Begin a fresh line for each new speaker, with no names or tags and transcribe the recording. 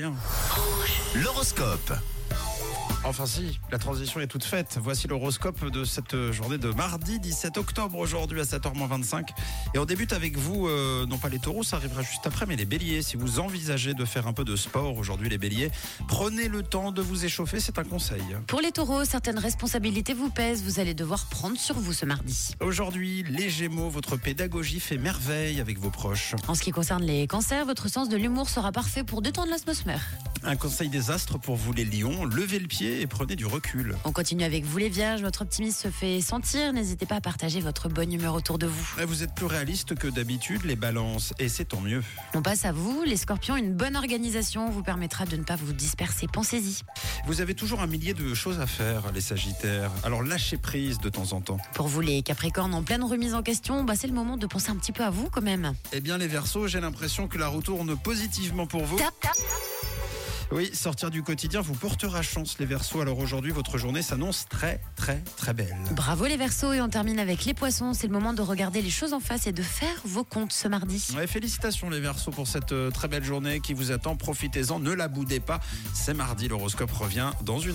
Bien.
L'horoscope.
Enfin si, la transition est toute faite. Voici l'horoscope de cette journée de mardi 17 octobre aujourd'hui à 7h25. Et on débute avec vous, euh, non pas les taureaux, ça arrivera juste après, mais les béliers. Si vous envisagez de faire un peu de sport aujourd'hui les béliers, prenez le temps de vous échauffer, c'est un conseil.
Pour les taureaux, certaines responsabilités vous pèsent. Vous allez devoir prendre sur vous ce mardi.
Aujourd'hui, les gémeaux, votre pédagogie fait merveille avec vos proches.
En ce qui concerne les cancers, votre sens de l'humour sera parfait pour détendre l'atmosphère.
Un conseil des astres pour vous les lions, levez le pied et prenez du recul.
On continue avec vous les vierges. Votre optimisme se fait sentir. N'hésitez pas à partager votre bonne humeur autour de vous.
Et Vous êtes plus réaliste que d'habitude, les balances, et c'est tant mieux.
On passe à vous. Les scorpions, une bonne organisation vous permettra de ne pas vous disperser. Pensez-y.
Vous avez toujours un millier de choses à faire, les Sagittaires. Alors lâchez prise de temps en temps.
Pour vous les capricornes, en pleine remise en question, bah, c'est le moment de penser un petit peu à vous quand même.
Eh bien, les Verseaux, j'ai l'impression que la roue tourne positivement pour vous.
Tap, tap.
Oui, sortir du quotidien vous portera chance, les Verseaux. Alors aujourd'hui, votre journée s'annonce très, très, très belle.
Bravo les versos et on termine avec les poissons. C'est le moment de regarder les choses en face et de faire vos comptes ce mardi.
Ouais, félicitations les Verseaux pour cette euh, très belle journée qui vous attend. Profitez-en, ne la boudez pas. C'est mardi, l'horoscope revient dans une